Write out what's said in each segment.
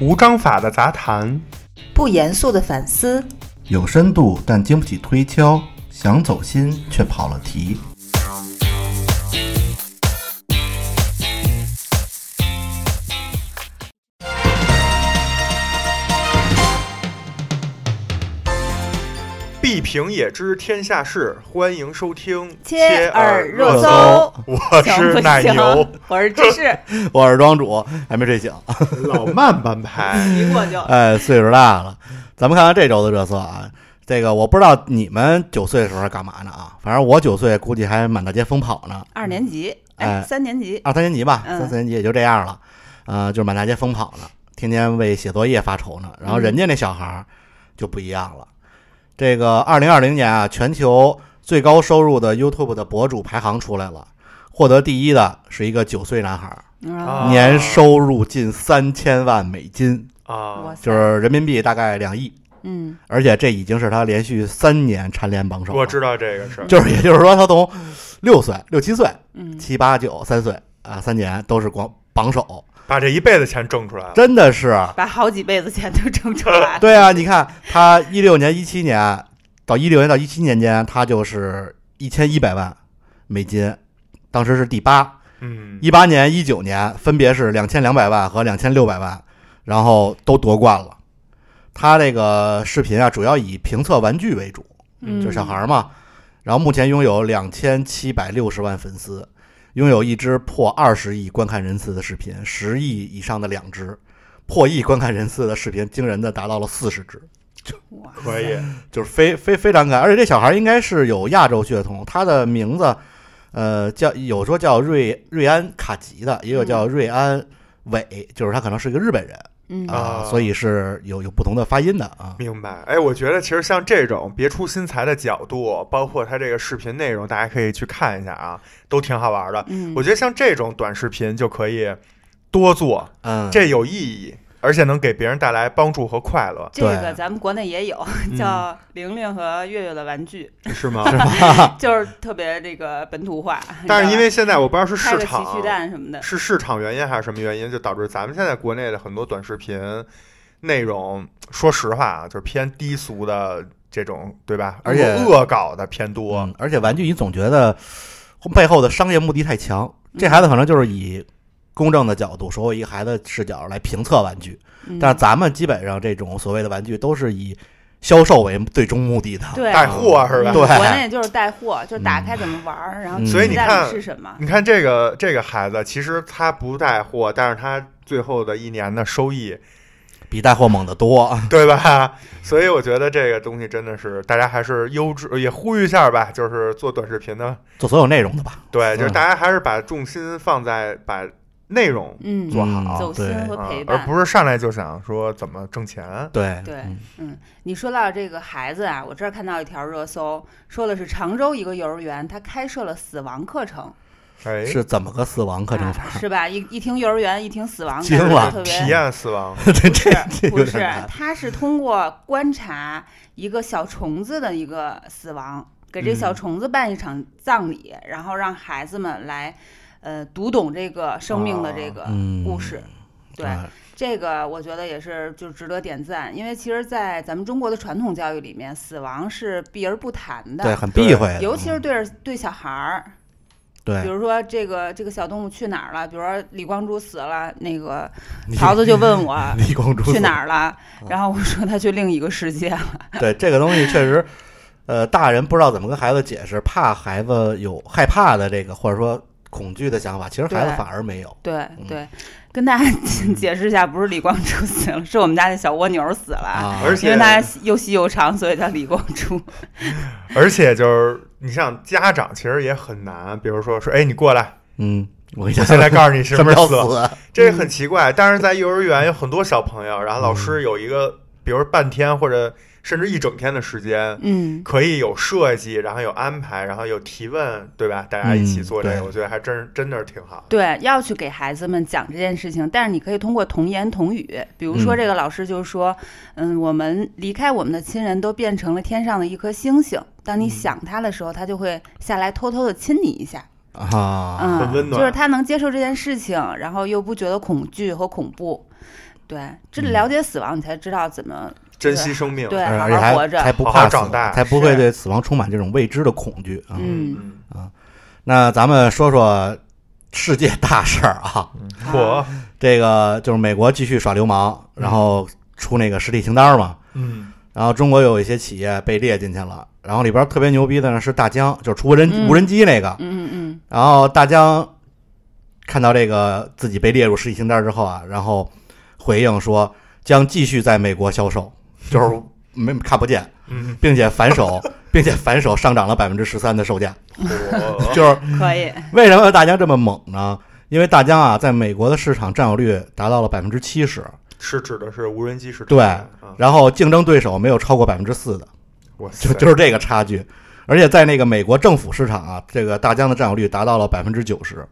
无章法的杂谈，不严肃的反思，有深度但经不起推敲，想走心却跑了题。必评也知天下事，欢迎收听切耳热搜搜。 我是奶牛，， 我是芝 士，我是庄主，还没睡醒。老慢半拍。一过就 哎，岁数大了，咱们看看这周的热搜啊。这个我不知道你们九岁的时候是干嘛呢啊？反正我九岁估计还满大街疯跑呢，二年级，哎哎，三年级，二三年级吧，嗯三四年级也就这样了。呃，就是满大街疯跑呢，天天为写作业发愁呢。然后人家那小孩儿就不一样了。这个二零二零年啊，全球最高收入的 YouTube 的博主排行出来了，获得第一的是一个九岁男孩儿，啊，啊年收入近三千万美金，啊，塞就是人民币大概两亿。嗯，而且这已经是他连续三年蝉联榜首了。我知道这个事儿。就是也就是说，他从六岁、六七岁、嗯，七八九、三岁啊，三年都是光榜首，把这一辈子钱挣出来了。真的是。把好几辈子钱都挣 出来，对啊，你看他一六年、一七年到一六年到一七年间，他就是一千一百万美金，当时是第八。嗯，一八年、一九年分别是两千两百万和两千六百万，然后都夺冠了。他这个视频啊，主要以评测玩具为主，嗯就是小孩儿嘛。然后目前拥有两千七百六十万粉丝，拥有一支破二十亿观看人次的视频，十亿以上的两支，破亿观看人次的视频惊人的达到了四十支，哇塞可以，就是非非非常可爱。而且这小孩应该是有亚洲血统，他的名字，呃，叫有说叫瑞瑞安卡吉的，也有叫瑞安伟，就是他可能是一个日本人嗯啊，啊所以是有有不同的发音的啊。明白。哎，我觉得其实像这种别出心裁的角度，包括他这个视频内容，大家可以去看一下啊，都挺好玩的。嗯我觉得像这种短视频就可以多做，嗯，这有意义，而且能给别人带来帮助和快乐，这个对咱们国内也有，嗯叫玲玲和月月的玩具，是 吗？就是特别这个本土化。啊但是因为你知现在我不知道是道吧开市个奇趣场蛋什么的，是市场原因还是什么原因，就导致咱们现在国内的很多短视频内容，说实话啊，就是偏低俗的这种，对吧？嗯而且恶恶搞的偏多。嗯而且玩具你总觉得背后的商业目的太强，嗯这孩子可能就是以公正的角度，说我一个孩子视角来评测玩具，嗯但是咱们基本上这种所谓的玩具都是以销售为最终目的的。对带货是吧嗯对国内就是带货，就是打开怎么玩儿，然后嗯所以你期待看是什么？你看这个这个孩子，其实他不带货，但是他最后的一年的收益，比带货猛得多。啊对吧？ 所以我觉得这个东西真的是大家还是优质，也呼吁一下吧，就是做短视频的，做所有内容的吧，对，就是嗯大家还是把重心放在把内容嗯，做好走心对和啊陪，伴，而不是上来就想说怎么挣钱。对对嗯，嗯，你说到这个孩子啊，我这儿看到一条热搜，说的是常州一个幼儿园，它开设了死亡课程，哎，是怎么个死亡课程法？ 啊是吧？一一听幼儿园，一听死亡，惊感觉了特别体验死亡，这这这不有是点难，。它是通过观察一个小虫子的一个死亡，给这嗯小虫子办一场葬礼，然后让孩子们来，呃，读懂这个生命的这个嗯，故事。对，啊这个我觉得也是就值得点赞，因为其实，在咱们中国的传统教育里面，死亡是避而不谈对，的，很避讳的，嗯尤其是对着对小孩儿，比对如说这个这个小动物去哪儿了，比如说李光洙死了，那个你桃子就问我 李光洙去死哪儿了，嗯 然后我说他去另一个世界了，对这个东西确实，呃，大人不知道怎么跟孩子解释，怕孩子有害怕的这个或者说恐惧的想法，其实孩子对反而没有。对对，跟大家解释一下，不是李光洙死了，是我们家那小蜗牛死了，啊，而因且为它又细又长，所以叫李光洙。而且就是你像家长其实也很难，比如说说，哎，你过来，嗯，我跟我你讲，现在告诉你什什么时时候候 死，死？这也很奇怪。但是在幼儿园有很多小朋友，然后老嗯师有一个，比如半天或者甚至一整天的时间，嗯，可以有设计，然后有安排，然后有提问，对吧？大家一起嗯做这个，对我觉得还真真的是挺好。对，要去给孩子们讲这件事情，但是你可以通过童言童语，比如嗯说这个老师就说，嗯我们离开我们的亲人都变成了天上的一颗星星，当嗯你想他的时候，他就会下来偷偷的亲你一下，啊，嗯，很温暖就是他能接受这件事情，然后又不觉得恐惧和恐怖。对，这了解死亡，你才知道怎么珍惜生命，对嗯好而且好还活着才不好怕好死长大才不会是对死亡充满这种未知的恐惧啊。嗯，那咱们说说世界大事儿啊，嗯火，这个就是美国继续耍流氓，然后出那个实体清单嘛，嗯然后中国有一些企业被列进去了，然后里边特别牛逼的呢是大疆，就是出无人、嗯无人机那个，嗯嗯然后大疆看到这个自己被列入实体清单之后啊，然后回应说将继续在美国销售，就是没看不见，嗯，并且反手，并且反手上涨了百分之十三的售价。火， 就是嗯，可以， 为什么大疆这么猛呢？因为大疆啊，在美国的市场占有率达到了百分之七十，是指的是无人机市场，对啊，然后竞争对手没有超过百分之四的，哇就塞，就是这个差距。而且在那个美国政府市场啊，这个大疆的占有率达到了百分之九十，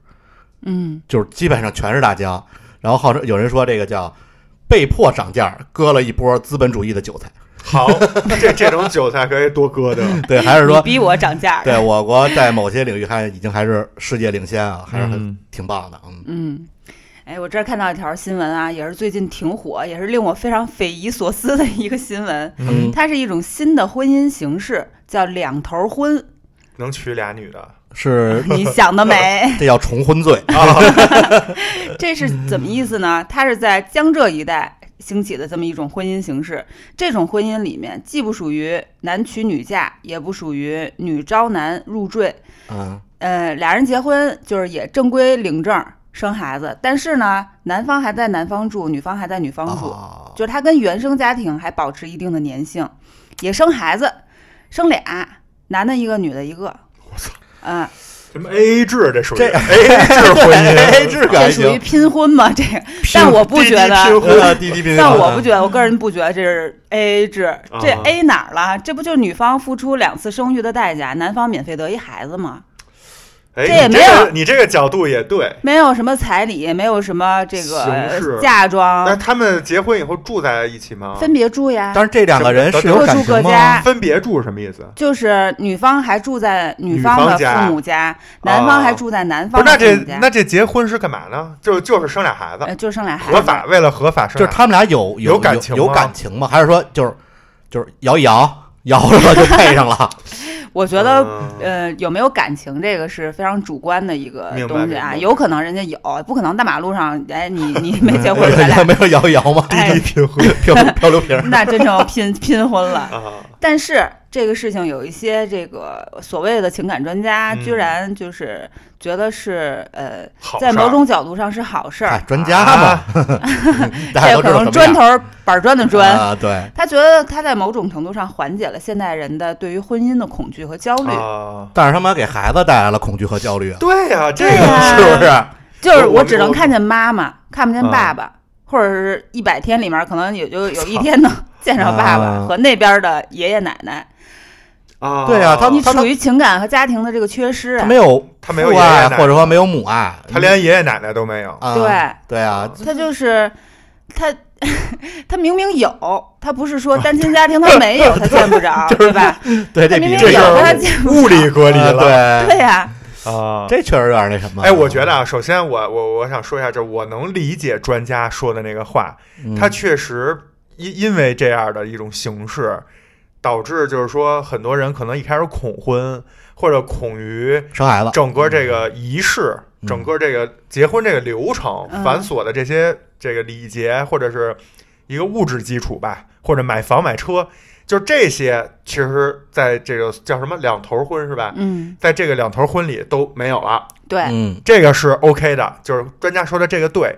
嗯，就是基本上全是大疆。然后号称有人说这个叫被迫涨价，割了一波资本主义的韭菜。好，这这种韭菜可以多割的，对，还是你说逼我涨价，对，我国在某些领域还已经还是世界领先啊，还是很嗯挺棒的。嗯，嗯。哎，我这儿看到一条新闻啊，也是最近挺火，也是令我非常匪夷所思的一个新闻。嗯它是一种新的婚姻形式，叫两头婚。 能娶俩女的，是你想得美！这叫重婚罪。这是怎么意思呢？它是在江浙一带兴起的这么一种婚姻形式。这种婚姻里面，既不属于男娶女嫁，也不属于女招男入赘。嗯，呃，俩人结婚就是也正规领证生孩子，但是呢，男方还在男方住，女方还在女方住，哦就是他跟原生家庭还保持一定的粘性，也生孩子，生俩，男的一个，女的一个。我操！嗯、什么 AA 制这属于 这 AA 制婚哎，姻，这这感属于情，拼婚吗？这个，但我不觉得，拼婚呃滴滴拼但我不觉得，我个人不觉得这是啊 A A 制，这 A 哪儿了？这不就是女方付出两次生育的代价，男方免费得一孩子吗？哎，这也你没有个你这个角度也对。没有什么彩礼，没有什么这形式个嫁那妆，他们结婚以后住在一起吗？啊分别住呀，但是这两个人是有各感住各情家吗？。分别住是什么意思？就是女方还住在女女方方的家父母家，男方还住在男不是，方那的这父母家，那这结婚是干嘛呢？就就是生俩孩子，呃，就剩俩孩合子。法为了合法生就俩孩是子，他们俩有有感有情有吗感情吗？还是说就是就是摇一摇摇着就配上 了？我觉得嗯呃，有没有感情这个是非常主观的一个明白东西明啊，白有可能人家有，不可能大马路上，哎，你你没结嗯婚，咱 俩没有摇一摇吗？ 哎滴滴拼婚漂漂流瓶儿，那真成拼拼婚了。 啊，但是这个事情有一些这个所谓的情感专家，嗯居然就是觉得是呃，好在事某儿种角度上是好事哎儿，，专家嘛， 嗯大这家有都知可道能砖头儿板砖的砖。啊， 对，他觉得他在某种程度上缓解了现代人的对于婚姻的恐惧和焦虑，啊，但是他妈给孩子带来了恐惧和焦虑啊，对呀，这对啊个呀是不是？就是我我我只能我看见妈妈，看不见啊爸爸，或者是一百天里面可能也就有一操天能见着爸爸啊和那边的爷爷奶奶。啊，对呀他你他处于情感和家庭的这个缺失他啊没，有他没有父爷爷爱，奶奶或者说没有母爱，他连爷爷奶奶都没有，啊对。对啊，他就是他，他明明有，他不是说单亲家庭他没有，他见 不着，对吧？对他这比明明这事有，儿嗯但他我见不着物理隔离啊了对对，呀，啊。这确实有点那什么。哎，我觉得啊，首先我我我想说一下，就是我能理解专家说的那个话，嗯它确实因因为这样的一种形式，导致就是说很多人可能一开始恐婚，或者恐于生孩子，整个这个仪式、啊嗯整个这个结婚这个流程、嗯繁琐的这些这个礼节，或者是一个物质基础吧，或者买房买车，就这些，其实在这个叫什么两头婚是吧？嗯，在这个两头婚里都没有了，对，嗯，这个是 OK 的，就是专家说的这个对。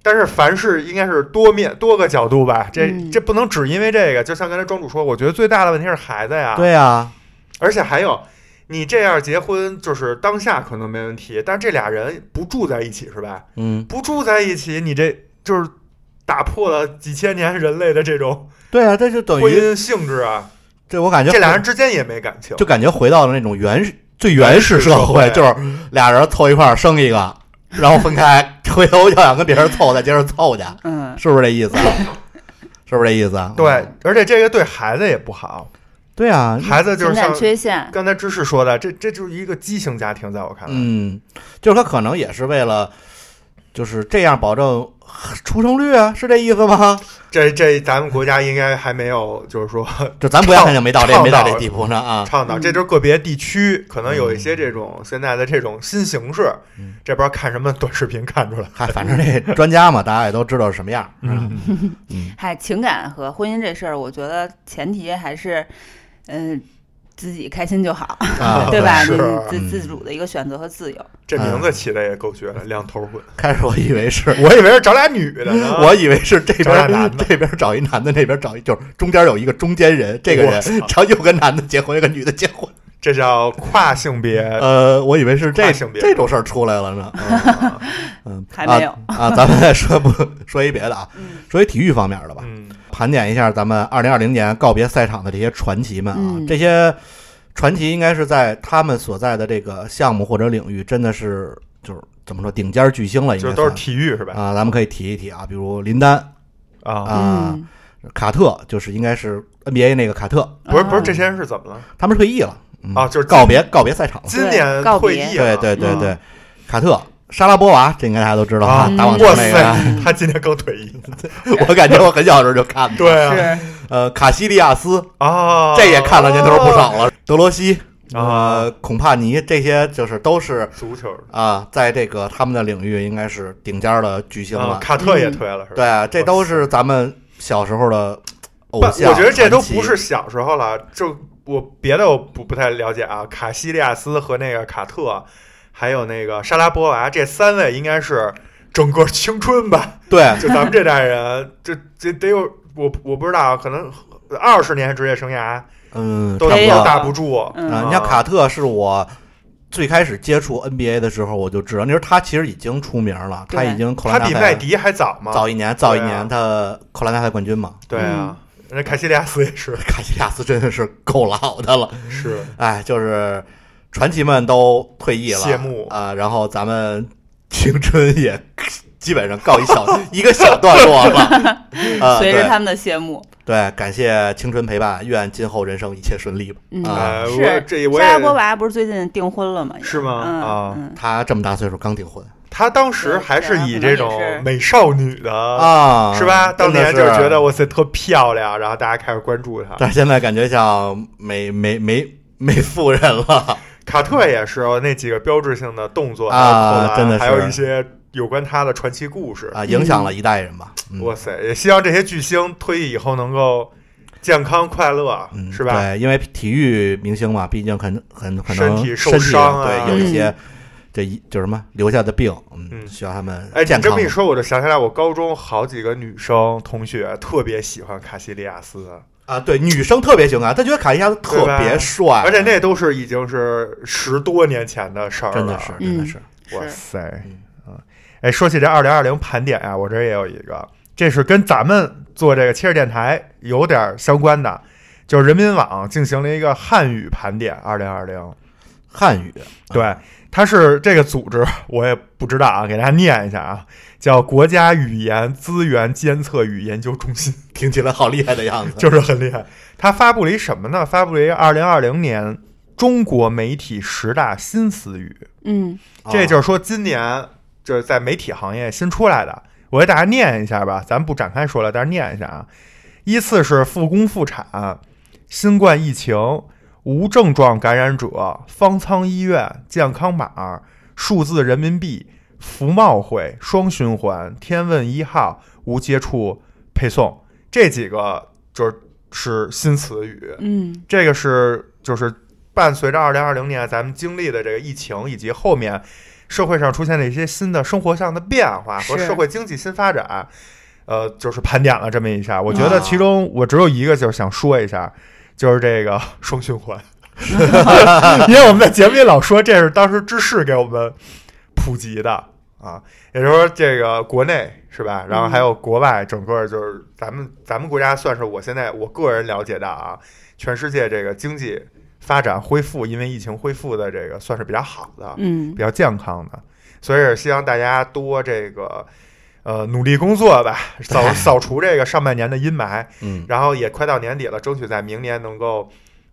但是凡事应该是多面多个角度吧，这嗯这不能只因为这个。就像刚才庄主说，我觉得最大的问题是孩子呀，对啊，而且还有你这样结婚，就是当下可能没问题，但这俩人不住在一起是吧？嗯，不住在一起，你这就是打破了几千年人类的这种对啊，这就等婚于姻性质啊。这我感觉这俩人之间也没感情，就感觉回到了那种原始最原始社原始社就是俩人凑一块儿生一个，然后分开，回头要想跟别人凑再接着凑去，嗯，是不是这意思啊？是不是这意思啊？对，而且这个对孩子也不好，对啊，孩子就情是像感缺陷，刚才知识说的，这这就是一个畸形家庭，在我看来。嗯，就是他可能也是为了，就是这样保证出生率啊，是这意思吗？这这咱们国家应该还没有，就是说就咱国家肯定没到 这倡没到倡这导地步呢啊。倡导，嗯这就是个别地区可能有一些这种现在的这种新形式嗯，这边看什么短视频看出来，嗨，反正这专家嘛，大家也都知道是什么样。嗯，嗯，嗨，哎情感和婚姻这事儿，我觉得前提还是，嗯、自己开心就好，啊，对吧？是你自自嗯主的一个选择和自由。这名字起的也够绝了，两头混，开始我以为是，我以为是找俩女的呢，嗯我以为是这边找俩男的这边找一男的，那边找一就是中间有一个中间人，这个我人操只要有个男的结婚，有个女的结婚。这叫跨性别，呃，我以为是这跨哎性别这种事儿出来了呢。 啊嗯，还没有啊啊。咱们再说不说一别的啊，嗯说一体育方面的吧。嗯，盘点一下咱们二零二零年告别赛场的这些传奇们啊，嗯这些传奇应该是在他们所在的这个项目或者领域，真的是就是怎么说顶尖巨星了，应就该都是算体育是吧？啊，咱们可以提一提啊，比如林丹啊，啊、嗯，卡特，就是应该是 NBA 那个卡特，不是不是，啊这些人是怎么了？他们退役了、嗯、啊，，就是告别告别赛场了，今年告退别役对了，对对嗯对，卡特。莎拉波娃，这应该大家都知道啊打网球哇那个啊，塞，他今年更退役， 我感觉我很小时候就看过。对啊，是呃，卡西利亚斯，啊，这也看了年头不少了。哦德罗西啊呃，孔帕尼这些就是都是足球的啊，在这个他们的领域应该是顶尖儿的巨星啊，了。卡特也嗯退了是吧？对啊，这都是咱们小时候的偶不，像。我觉得这都传奇不是小时候了，就我别的我不不太了解啊。卡西利亚斯和那个卡特，还有那个莎拉波娃，这三位应该是整个青春吧？对就咱们这代人，这这得有我我不知道，啊可能二十年职业生涯嗯，都差不没都有多打不住。嗯啊。你像卡特是我。最开始接触 NBA 的时候，我就知道，那时候他其实已经出名了，他对已经扣他篮大比赛麦迪还早嘛？早一年，早一对啊年他扣篮大赛冠军嘛。 对啊，嗯那卡西利亚斯也是卡西利亚斯真的是够老的了，是哎，就是传奇们都退役了，谢幕啊、然后咱们青春也基本上告一 小一个小段落 了，啊、随着对他们的谢啊幕。对，感谢青春陪伴，愿今后人生一切顺利吧。嗯，啊呃，我是这我莎拉波也娃不是最近订婚了吗？是吗？嗯啊，嗯他这么大岁数刚订婚他当时还是以这对可能也是种美少女的啊，是吧？当真的年就是觉得是，哇塞特漂亮，然后大家开始关注她。但是现在感觉像美美美美妇人了，卡特也是哦那几个标志性的动作啊还有扣篮真的是还有一些有关她的传奇故事。啊，影响了一代人吧。嗯哇塞，也希望这些巨星退役以后能够健康快乐，嗯，是吧？对，因为体育明星嘛，毕竟很很可能身体受身体伤啊对，有嗯一些这一就是什么留下的病，嗯，嗯需要他们哎，健你这康么嘛。一说，我就想起来，我高中好几个女生同学特别喜欢卡西利亚斯，啊，对，女生特别喜欢，她觉得卡西亚特别帅，而且那都是已经是十多年前的事儿了，真的是嗯真的是哇是塞嗯，啊，哎，说起这二零二零盘点啊，我这儿也有一个，这是跟咱们做这个切尔电台有点儿相关的，就是人民网进行了一个汉语盘点二零二零，汉语对， 它是这个组织，我也不知道啊，给大家念一下啊，叫国家语言资源监测与研究中心， 听起来好厉害的样子。就是很厉害。它发布了一什么呢？发布了一个二零二零年中国媒体十大新词语。嗯啊这就是是说今年就是在媒体行业新出来的，我给大家念一下吧，咱不展开说了，但是念一下啊。依次是复工复产、新冠疫情、无症状感染者、方舱医院、健康码、数字人民币、服贸会、双循环、天问一号、无接触配送这几个就是是新词语。嗯这个是就是伴随着二零二零年咱们经历的这个疫情，以及后面社会上出现的一些新的生活上的变化和是社会经济新发展，呃，就是盘点了这么一下。我觉得啊其中我只有一个就是想说一下，就是这个双循环，因为我们在节目里老说这是当时知识给我们普及的啊，也就是说这个国内。是吧？然后还有国外，整个就是咱们咱们国家算是我现在我个人了解到啊，全世界这个经济发展恢复，因为疫情恢复的这个算是比较好的，嗯比较健康的，所以也希望大家多这个呃努力工作吧，扫 扫除这个上半年的阴霾，嗯，然后也快到年底了，争取在明年能够。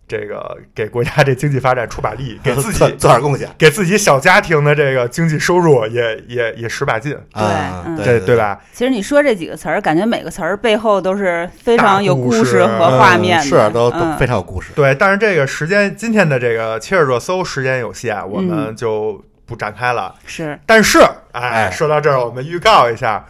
这个给国家这经济发展出把力，给 自做己做点贡献给自己小家庭的这个经济收入也也也使把劲，啊，嗯对对对？吧？其实你说这几个词儿，感觉每个词儿背后都是非常有大故故事啊事和画面嗯的，是都都嗯非常有故事。对，但是这个时间今天的这个切尔热搜时间有限，我们就不展开了。是但是，哎，哎说到这儿，我们预告一下，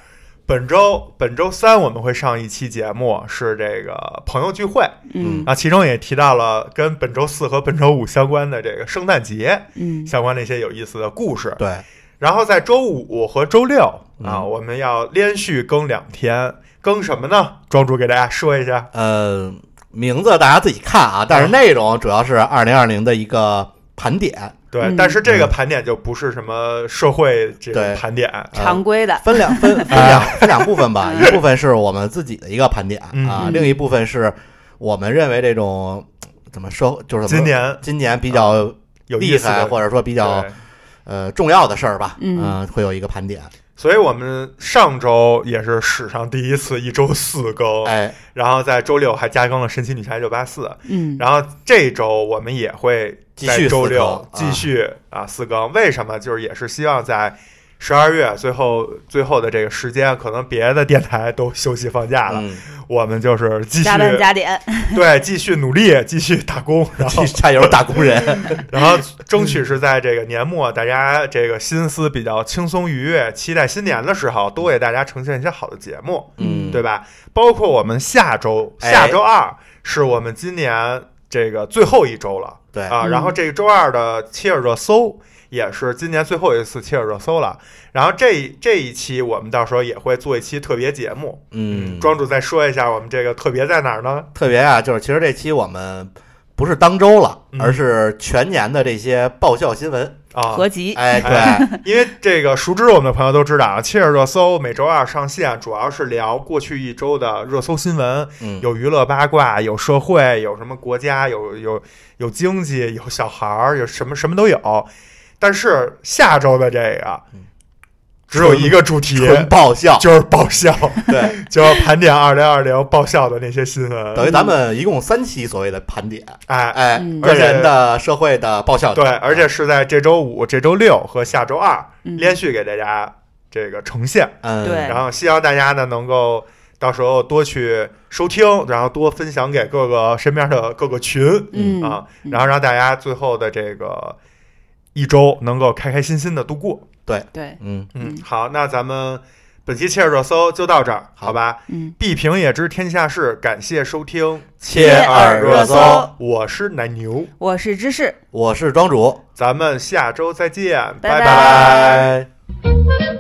本周本周三我们会上一期节目，是这个朋友聚会嗯啊，其中也提到了跟本周四和本周五相关的这个圣诞节嗯相关的一些有意思的故事。对，然后在周五和周六啊，嗯我们要连续更两天，更什么呢？庄主给大家说一下。呃，名字大家自己看啊，但是嗯内容主要是二零二零的一个盘点，对，嗯但是这个嗯盘点就不是什么社会这个对盘点，呃常规的，分两 分分啊两分两部分吧，一部分是我们自己的一个盘点嗯啊，嗯另一部分是我们认为这种怎么说就是怎今么年啊今年比较有意厉思的害或者说比比较呃重要的事儿吧，嗯呃会有一个盘点，所以我们上周也是史上第一次一周四更，哎，然后在周六还加更了《神奇女侠一九八四》，嗯然后这周我们也会继在续周四六更继续啊四更。为什么？就是也是希望在十二月最后最后的这个时间，可能别的电台都休息放假了，嗯，我们就是继续加班加点， 对继续努力，继续打 工， 然后加油打工人，然后争取是在这个年末，大家这个心思比较轻松愉悦，期待新年的时候，多给大家呈现一些好的节目，嗯，对吧？包括我们下周哎下周二是我们今年这个最后一周了对啊，嗯然后这个周二的切尔热搜。也是今年最后一次切尔热搜了，然后这这一期我们到时候也会做一期特别节目，嗯，庄主再说一下我们这个特别在哪儿呢？特别啊，就是其实这期我们不是当周了，嗯而是全年的这些爆笑新闻。啊，合集，哎，对哎，因为这个熟知我们的朋友都知道啊，切尔热搜每周二上线，主要是聊过去一周的热搜新闻，嗯，有娱乐八卦，有社会，有什么国家，有有有经济，有小孩儿，有什么什么都有。但是下周的这个嗯只有一个主题，纯爆 笑，就是爆笑，对，就要盘点二零二零爆笑的那些新闻。等于咱们一共三期所谓的盘点，哎，哎，嗯个人的、社会的爆笑对点，，而且是在这周五、这周六和下周二嗯连续给大家这个呈现。嗯，对然后希望大家呢能够到时候多去收听，然后多分享给各个身边的各个群、嗯啊，嗯然后让大家最后的这个一周能够开开心心的度过。对，嗯，嗯，嗯好，那咱们本期切尔热搜就到这儿，好吧？嗯，必评也知天下事，感谢收听切耳热热搜，我是奶牛，我是芝士，我是庄主，咱们下周再见，拜拜拜拜。 Thank you.